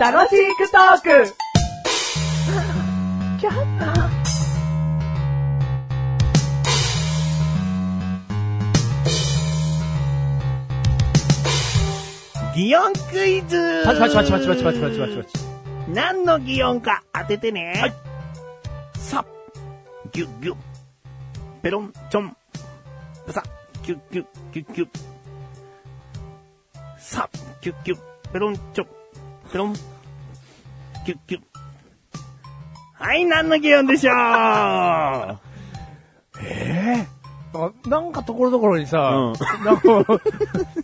楽しくトーク擬音クイズパチパチパチパチパチパチパチパチパチ。何の擬音か当ててね。はいさ、ぎゅぎゅ、ペロン、ちょん、ぱさ、ぎゅぎゅ、ぎゅぎゅ。さ、ぎゅぎゅ、ペロン、ちょん、ペロン、ぎゅぎゅ。はい、何の擬音でしょうええなんかところどころにさ、うなんか、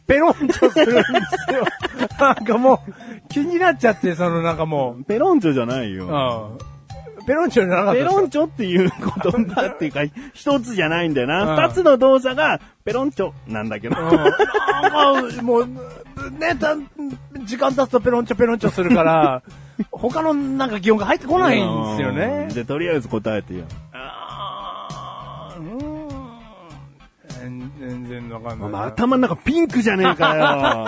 ペロンとするんです よ。なんかもう、気になっちゃって、そのなんかもペロンチョじゃないよう、うん。ペロンチョじゃなかったペですかロンチョっていう言葉っていうか、一つじゃないんだようんな。二つの動作がペロンチョなんだけど。うん。なんか、もう、ね、た時間経つとペロンチョペロンチョす るから、他のなんか擬音が入ってこないんですよね。で、とりあえず答えてよ。あーうーん。全然わかんおない。前頭の中ピンクじゃねえか よ。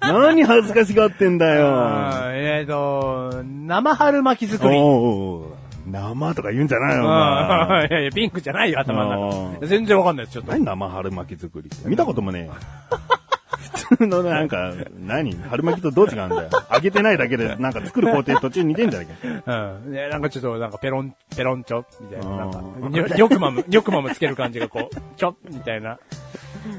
何恥ずかしがってんだよ。うんえっ、と、生春巻き作おうり。おうおう生とか言うんじゃないよ、おあ前あ、いやいや、ピンクじゃないよ、頭のあ中。全然わかんないです、ちょっと。何生春巻き作りって。見たこともねえよ。普通のなんか、何春巻きとどう違うんだよ。揚げてないだけで、なんか作る工程途中に似てんじゃねえか。うん。いや、なんかちょっと、なんか、ペロン、ペロンチョみたいな。なんかあ、ニョクマム、ニョクマムつける感じがこう、チョみたいな。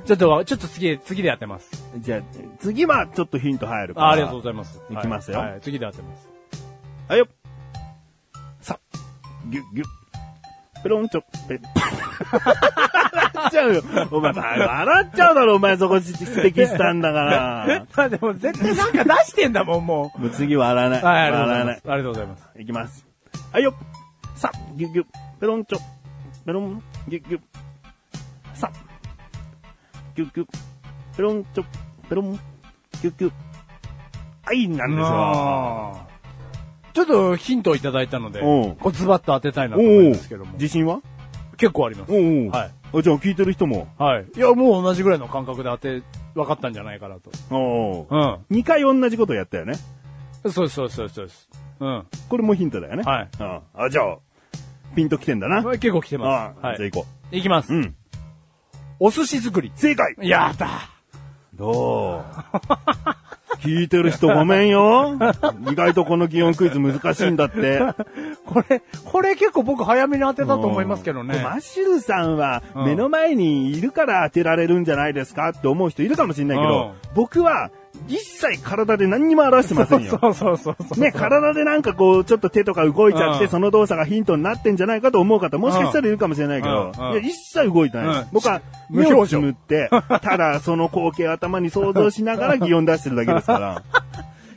ちょっと、ちょっと次、次でやってます。じゃあ、次はちょっとヒント入るから。あありがとうございます。いきますよはいはい、次でやってます。はいよ。さ、ぎゅ、ぎゅ。ペロンチョ、ペ。 笑っちゃうよ。お前、笑っちゃうだろ、お前そこ指摘したんだから。あ、でも絶対なんか出してんだもん、ももう次笑わない。う。はい、ありがとうご笑ざわないまいす。。ありがとうございます。いきます。はいよ。さ、ぎゅ、ぎゅ。ペロンチョ、ペロン、ぎゅ、ぎゅ。さ、ぎゅ、ぎゅ。ペロンチョ、ペロン、ぎゅ、ぎゅ。はい、なんですよ。あーちょっとヒントをいただいたので、うんこうズバッと当てたいなと思うんおおですけども、自信は結構あります。おうおうはい。あじゃあ聞いてる人も。はい。いや、もう同じぐらいの感覚で当て、分かったんじゃないかなと。おうう二回同じことやったよね。ん。そうです、そうです、そうですそうです。うん。これもヒントだよね。はいうん。あ、じゃあ、ピンときてんだな。結構来てあます。はじゃあい。行こいきますう。う。ん。お寿司作り。正解やったどう聞いてる人ごめん よ。意外とこの擬音クイズ難しいんだって。これ、これ結構僕早めに当てたと思いますけどね。マシュルさんはうん目の前にいるから当てられるんじゃないですかって思う人いるかもしれないけど、僕は一切体で何にも表してませんよ。 そうそうそうそう。ね、体でなんかこう、ちょっと手とか動いちゃって、うんその動作がヒントになってんじゃないかと思う方、もしかしたらいるかもしれないけど、うんうんいや、一切動いてない。うん僕は、無目を表つ情むって、ただその光景を頭に想像しながら擬音出してるだけです から、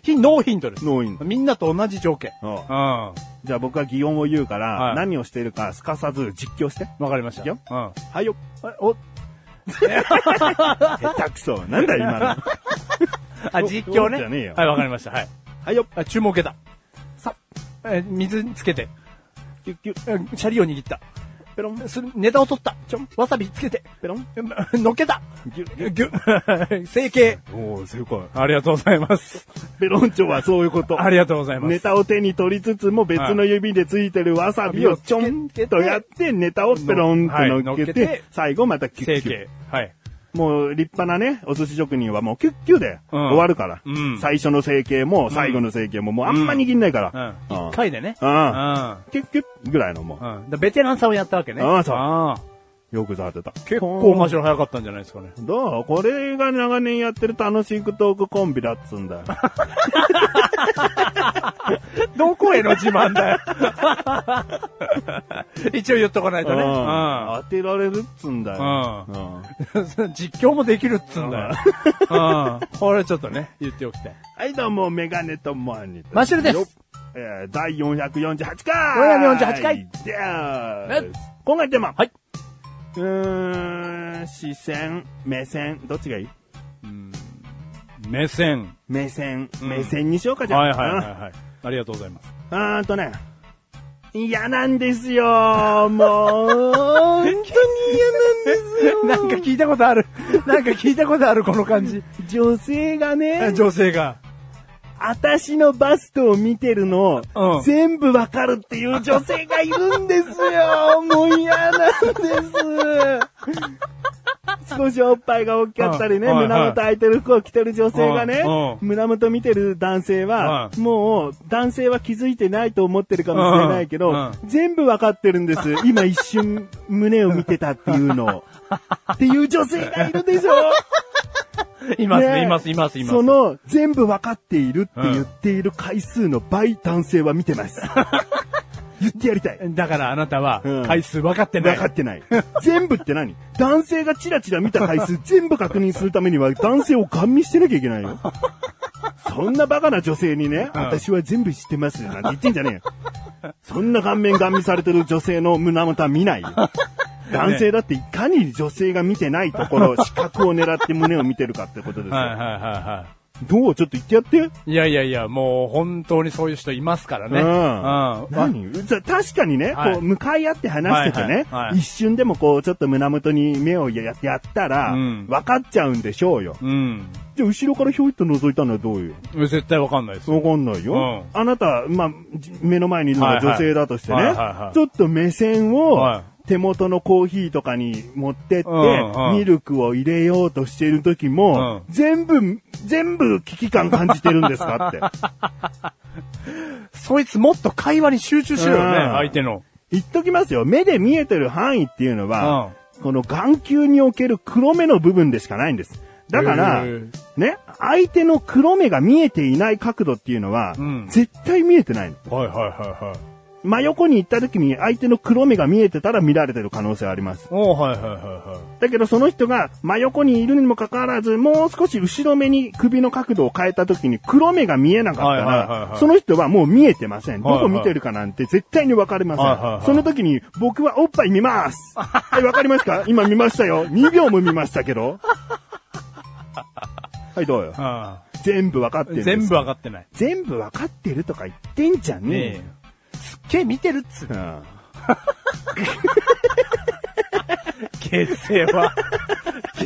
非ノーヒントです。ノーインみんなと同じ条件。うんうん。わじゃあ僕は擬音を言うから、はい何をしているかすかさず実況して。かりましいた。くようん。はいよ。お、下手くそ。なんだよ、今の。あ、実況ね。じゃねえよはい、わかりました。はい。はいよ。あ、注文受けた。さ、えー、水つけて。キュッキュッ、うんシャリを握った。ペロン、すネタを取った。ちょん。わさびつけて。 ペロン、うんのっけた。ギュッギュッ。ぎゅ、 整形。おー、正解。ありがとうございます。ペロンチョはそういうこと。ありがとうございます。ネタを手に取りつつも別の指でついてるわさびをちょんとやって、ネタをペロンって乗っけはい乗っけてて、最後またキュ整ッキュッ形。。はい。もう立派なね、お寿司職人はもうキュッキュでうん終わるからうん。最初の成形も最後の成形ももうあんま握んないから。う。うんん一回でね。ううんん。キュッキュッぐらいのもうん。だベテランさんをやったわけね。ああそうああう、よく触ってた。結構面白い早かったんじゃないですかね。どうこれが長年やってる楽しくトークコンビだっつ うんだよ。 どこへの自慢だよ。 一応言っとかないとね。うん当てられるっつうんだよ。うんうん。 実況もできるっつうんだよ。うん。 これちょっとね、言っておきたい。はい、どうも、メガネとモアニと。マッシュルですよっ。えー、第448回448回でーねす。今回テーマ。はい。うーん、視線、目線、どっちがいい目線。目線、うん目線にしようか、じゃあ。はいはいはいはい。ありがと うございます。うん。うーんとね、 嫌なんですよもう、本当に嫌なんですよなんか聞いたことある。なんか聞いたことある、この感じ。女性がね、 女性が。私のバストを見てるの、うん全部わかるっていう女性がいるんです よ。もう嫌なんです。少しおっぱいが大きかったりね、うんはいはい胸元開いてる服を着てる女性がね、うんうん胸元見てる男性は、はいもう男性は気づいてないと思ってるかもしれないけど、うんうん全部わかってるんです。今一瞬胸を見てたっていう のを。っていう女性がいるでしょいますねね、います、います、います。そ、の、全部分かっているって言っている回数の倍男性は見て ます。言ってやりたい。だから あなたはうん、回数分かってな分い。かってない。全部って何男性がチラチラ見た回数全部確認するためには男性をガン見してなきゃいけない よ。そんなバカな女性にね、うん私は全部知ってますなんて言ってんじゃねえよ。そんな顔面ガン見されてる女性の胸元は見ない よ。男性だっていかに女性が見てないところ、視覚を狙って胸を見てるかってことですよ。はいはいはいはどうちょっと言ってやって。い。いやいやいや、もう本当にそういう人いますからね。うんうん。何じゃ確かにね、はいこう、向かい合って話しててね、はいはいはい一瞬でもこう、ちょっと胸元に目をややったら、うん分かっちゃうんでしょうよ。うん。じゃあ、後ろからひょいっと覗いたのはどうよ。絶対わかんないです。わかんないよ。うあなた、まあ、じ目の前にいるのが女性だとしてね、はいはいはいはいはいちょっと目線はを、手元のコーヒーとかに持ってって、うんうんミルクを入れようとしている時も、う全部、全部危機感感じてるんですか って。そいつもっと会話に集中しろよね、うん相手の。言っときますよ。目で見えてる範囲っていうのは、この眼球における黒目の部分でしかないんです。だから、へーね、相手の黒目が見えていない角度っていうのは、うん絶対見えてないの。はいはいはいはい。真横に行った時に相手の黒目が見えてたら見られてる可能性はあります。おーはいはいはいはい。だけどその人が真横にいるにもかかわらず、もう少し後ろ目に首の角度を変えた時に黒目が見えなかったはいはいはいはら、いその人はもう見えてません。どはいこはい見てるかなんて絶対にわかりません。はいはいはいその時に僕はおっぱい見ます。はい、わかりますか今見ましたよ。2秒も見ましたけど。はい、どうよ。あ全部わかってるんです。全部わかってない。全部わかってるとか言ってんじゃねえよねえ。すっげえ見てるっつう。うん下世話。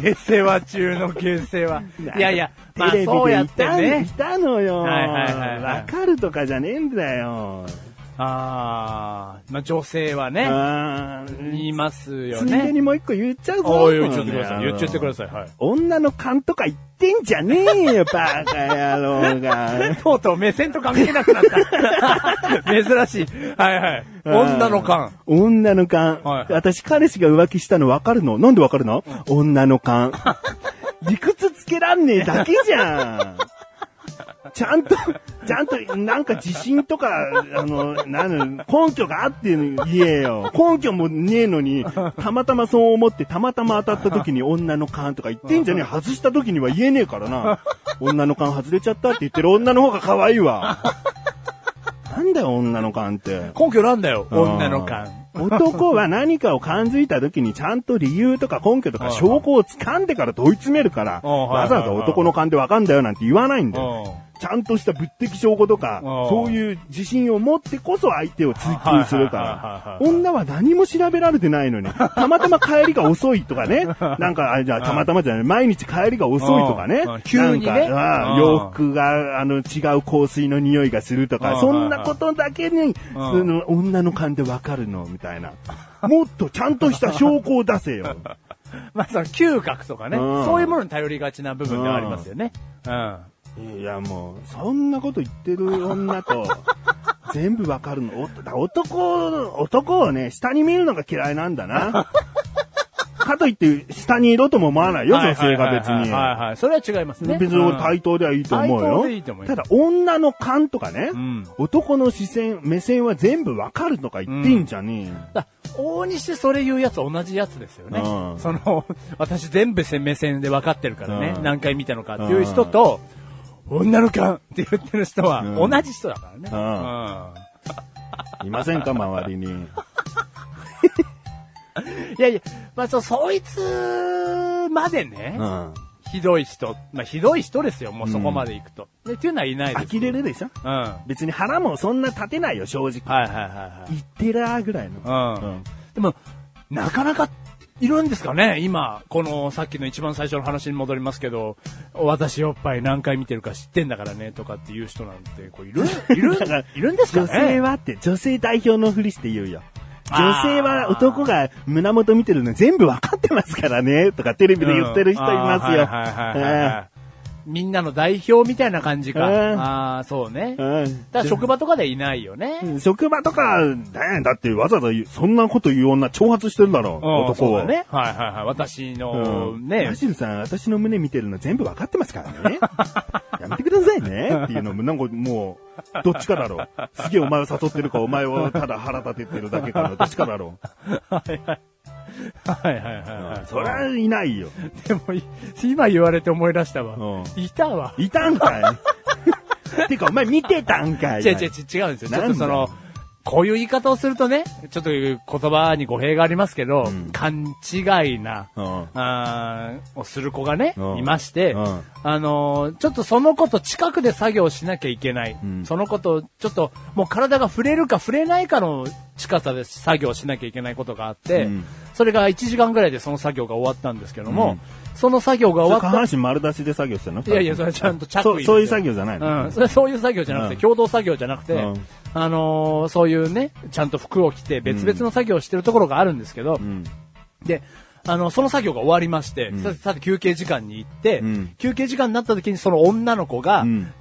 下世話中の下世話。いやいや、まあテレビでそうやっいたてのいね。たのよ。はいはいはいはいわかるとかじゃねえんだよ。ああ、まあ女性はね、あー言いますよついでね。にもう一個言っちゃうぞ。おいおい、言っちゃってください。言っちゃってくだい。さい。はい。女の勘とか言ってんじゃねえよ、バカ野郎が。とうとう目線と関係なくなった。 珍しい。はいはい。女の勘。女の勘。はい私、彼氏が浮気したの分かるのなんで分かるの、女の勘。 理屈つけらんねえだけじゃん。ちゃんと、ちゃんと、なんか自信とか、あの、なん根拠があって言えよ。根拠もねえのに、たまたまそう思って、たまたま当たった時に女の勘とか言ってんじゃねえ。外した時には言えねえからな。女の勘外れちゃったって言ってる女の方が可愛いわ。なんだよ、女の勘って。根拠なんだよ、女の勘。うん。 男は何かを感づいた時にちゃんと理由とか根拠とか証拠を掴んでから問い詰めるから、うんわざわざ男の勘でわかんだよなんて言わないんだよ。うちゃんとした物的証拠とか、うんそういう自信を持ってこそ相手を追求するはいはいはいはかいら、女は何も調べられてない のに、たまたま帰りが遅いとかね、なんか、あじゃあたまたまじゃない、毎日帰りが遅いとかねうんうん、急になねんかあうん洋服が、あの、違う香水の匂いがするとうか、んそんなことだけに、その女の勘でわかるの、みたいな。もっとちゃんとした証拠を出せよ。ん。まあその嗅覚とかね、うんそういうものに頼りがちな部分ではありますよね。うん。いやもう、そんなこと言ってる女と、 全部わかるの。おだ男、男をね、下に見るのが嫌いなんだな。 かといって、下にいろとも思わないよ、女性が別はいはいはいはいに。はいはい。それは違いますね。別うにん対等ではいいと思うよ。対等でいいと思いまたすだ、女の勘とかね、ん男の視線、目線は全部わかるとか言っていいんじゃねえよ。だ往々にしてそれ言うやつ同じやつですよね。うんその、私全部目線で分かってるからね、うん何回見たのかっていう人と、女の勘って言ってる人はうん同じ人だからうね。ういませんか、周 りに。んいやいや、まあそう、そいつまでね、うん。ひどい人、まあひどい人ですよ、もうそこまで行くと。でっていうのはいないです。呆れるでしょうん。は別に腹もそんな立てないよ、正直。いはいはいはい。言ってらーぐらいの。うん。でも、なかなかいるんですかね今、このさっきの一番最初の話に戻りますけど、私おっぱい何回見てるか知ってんだからね、とかっていう人なんて、こ ういるいるだからいるんですか女性ねはって、女性代表のふりして言うよ。女あー性は男が胸元見てるの全部わかってますからね、とかテレビで言ってる人いますよ。うんあーはいはいはいはいはいみんなの代表みたいな感じか。うんああ、そうね。だかうんら職場とかでいないよね。うん職場とか、ね、だってわざわざ言うそんなこと言う女、挑発してるだろ、うん男そうを。だね。はいはいはい。私の、うん、ねマ、シルさん、私の胸見てるの全部わかってますから ね。やめてくださいね。っていうのも、なんかもう、どっちかだろう。すげえお前を誘ってるか、お前をただ腹立ててるだけかの、どっちかだろはいはいはいはう。 い。そりゃいないよ。でも、い今言われて思い出したうわ。んいたわ。いたんか い。てか、お前見てたんかい。違う違う違う違うんですよ。ちょなんっだとその、こういう言い方をするとね、ちょっと言葉に語弊がありますけど、ん勘違いな、うんあーをする子がね、うんいまして、うんあのーちょっとその子と近くで作業しなきゃいけない。んその子と、ちょっと、もう体が触れるか触れないかの近さで作業しなきゃいけないことがあって、うんそれが1時間ぐらいでその作業が終わったんですけども、その作業が終わ下った半身丸出しで作業してんのいやいや、それちゃんと着衣そうですよそういう作業じゃないのうん。それそういう作業じゃなくて、うん共同作業じゃなくて、うんあのーそういうね、ちゃんと服を着て別々の作業をしてるところがあるんですけど、んで、あの、その作業が終わりまして、ささて休憩時間に行って、うん休憩時間になった時にその女の子が、ん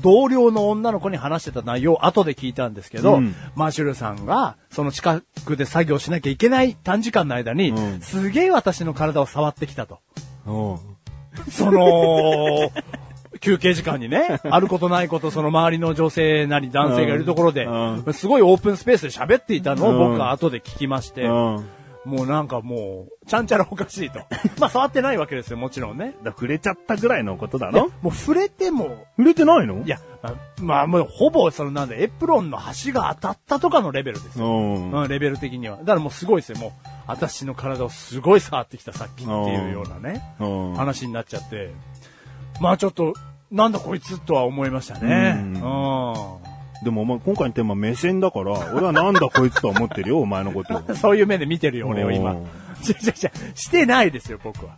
同僚の女の子に話してた内容を後で聞いたんですけうど、んマシュルさんが、その近くで作業しなきゃいけない短時間の間に、うんすげえ私の体を触ってきたと。おうその、休憩時間にね、あることないこと、その周りの女性なり男性がいるところでうん、すごいオープンスペースで喋っていたうのをん僕は後で聞きまして、うん。もうなんかもう、ちゃんちゃらおかし いと。まあ触ってないわけですよ、もちろんね。だ触れちゃったぐらいのことだいやろもう触れても、触れてないのいや、あまあもうほぼそのなんだ、エプロンの端が当たったとかのレベルですよ。うん。うん、レベル的には。だからもうすごいですよ、もう。私の体をすごい触ってきたさっきっていうようなね。うん話になっちゃって、まあちょっと、なんだこいつとは思いましたね。うんうん。でもお前今回のテーマ目線だから、俺はなんだこいつとは思ってる よ、お前のことを。そういう目で見てるよ、俺を今。違ううん違う違う。してないですよ、僕は。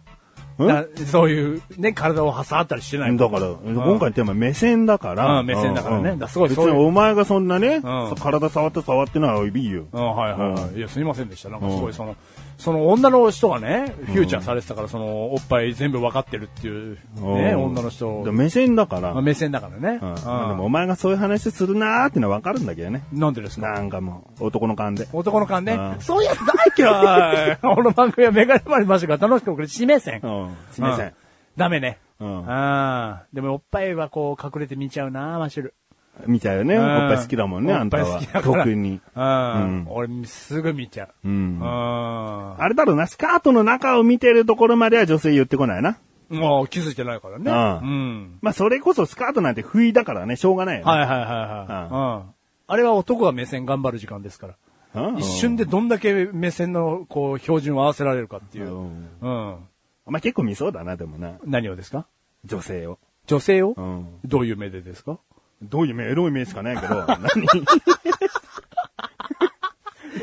んだそういう、ね、体を挟ったりしてない。だから、今回のテーマ目線だから。うん目線だからねうんだすごい別そうにいうお前がそんなね、ん体触って触ってないはいいよ。うん、はいはいはい、ういや、すいませんでした。なんかすごい、その、その女の人がね、フューチャーされてたから、その、おっぱい全部分かってるっていう、ね、うん女の人だから、目線だから。まあうん目線だからね。でうんもお前がそういう話するなーってのはわかるんだけどね。なんでですかなんかもう、男の勘で。男の勘ねう。んそういうやつ大 嫌いこの番組はメガネマリマシュが楽しく送る指名戦う。ん。すみませうんん。ダメね。うんあーでもおっぱいはこう隠れて見ちゃうな、マシュル。見ちゃうよね。うおんっぱい好きだもんね、あんたおっぱはい好きだ。から特に。うん。俺すぐ見ちゃうう。んああれだろうな、スカートの中を見てるところまでは女性言ってこないな。ーもう気づいてないからね。ううん。まあ、それこそスカートなんて不意だからね、しょうがないよね。はいはいはいはい。うん。あれは男が目線頑張る時間ですから。うん一瞬でどんだけ目線のこう標準を合わせられるかっていうう。んうん。お前結構見そうだな、でもな。何をですか女性を。女性をんどういう目でですかどういう目、エロい目しかないけ ど、何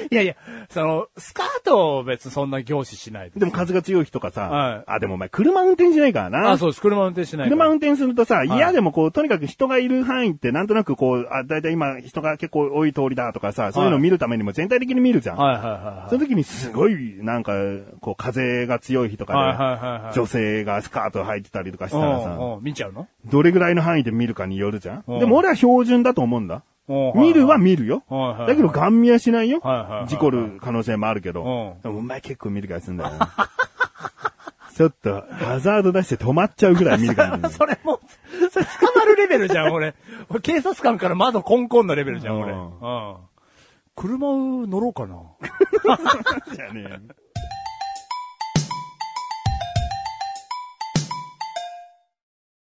いやいや、その、スカートを別にそんな凝視しないでも風が強い日とかさ、はいあ、でもお前車運転しないからな。あ、そうです。車運転しないから。車運転するとさ、い嫌でもこう、とにかく人がいる範囲ってなんとなくこう、あ、だいたい今人が結構多い通りだとかさ、そういうのを見るためにも全体的に見るじゃん。はいはいはいはいそ。の時にすごい、なんか、こう、風が強い日とかで、はいはいはいはい女性がスカート履いてたりとかしたらさ、うんうん見ちゃうのどれぐらいの範囲で見るかによるじゃん。うんでも俺は標準だと思うんだ。うん見るは見るよ。はいはいはいだけど、ガン見はしないよはいはいはいは。い事故る可能性もあるけどうん。。でもお前結構見るからするんだよね。 ちょっと、ハザード出して止まっちゃうぐらい見るからね それもう、それ捕まるレベルじゃん、俺。俺警察官から窓コンコンのレベルじゃん、俺。ううんん。車乗ろうかな。じゃあね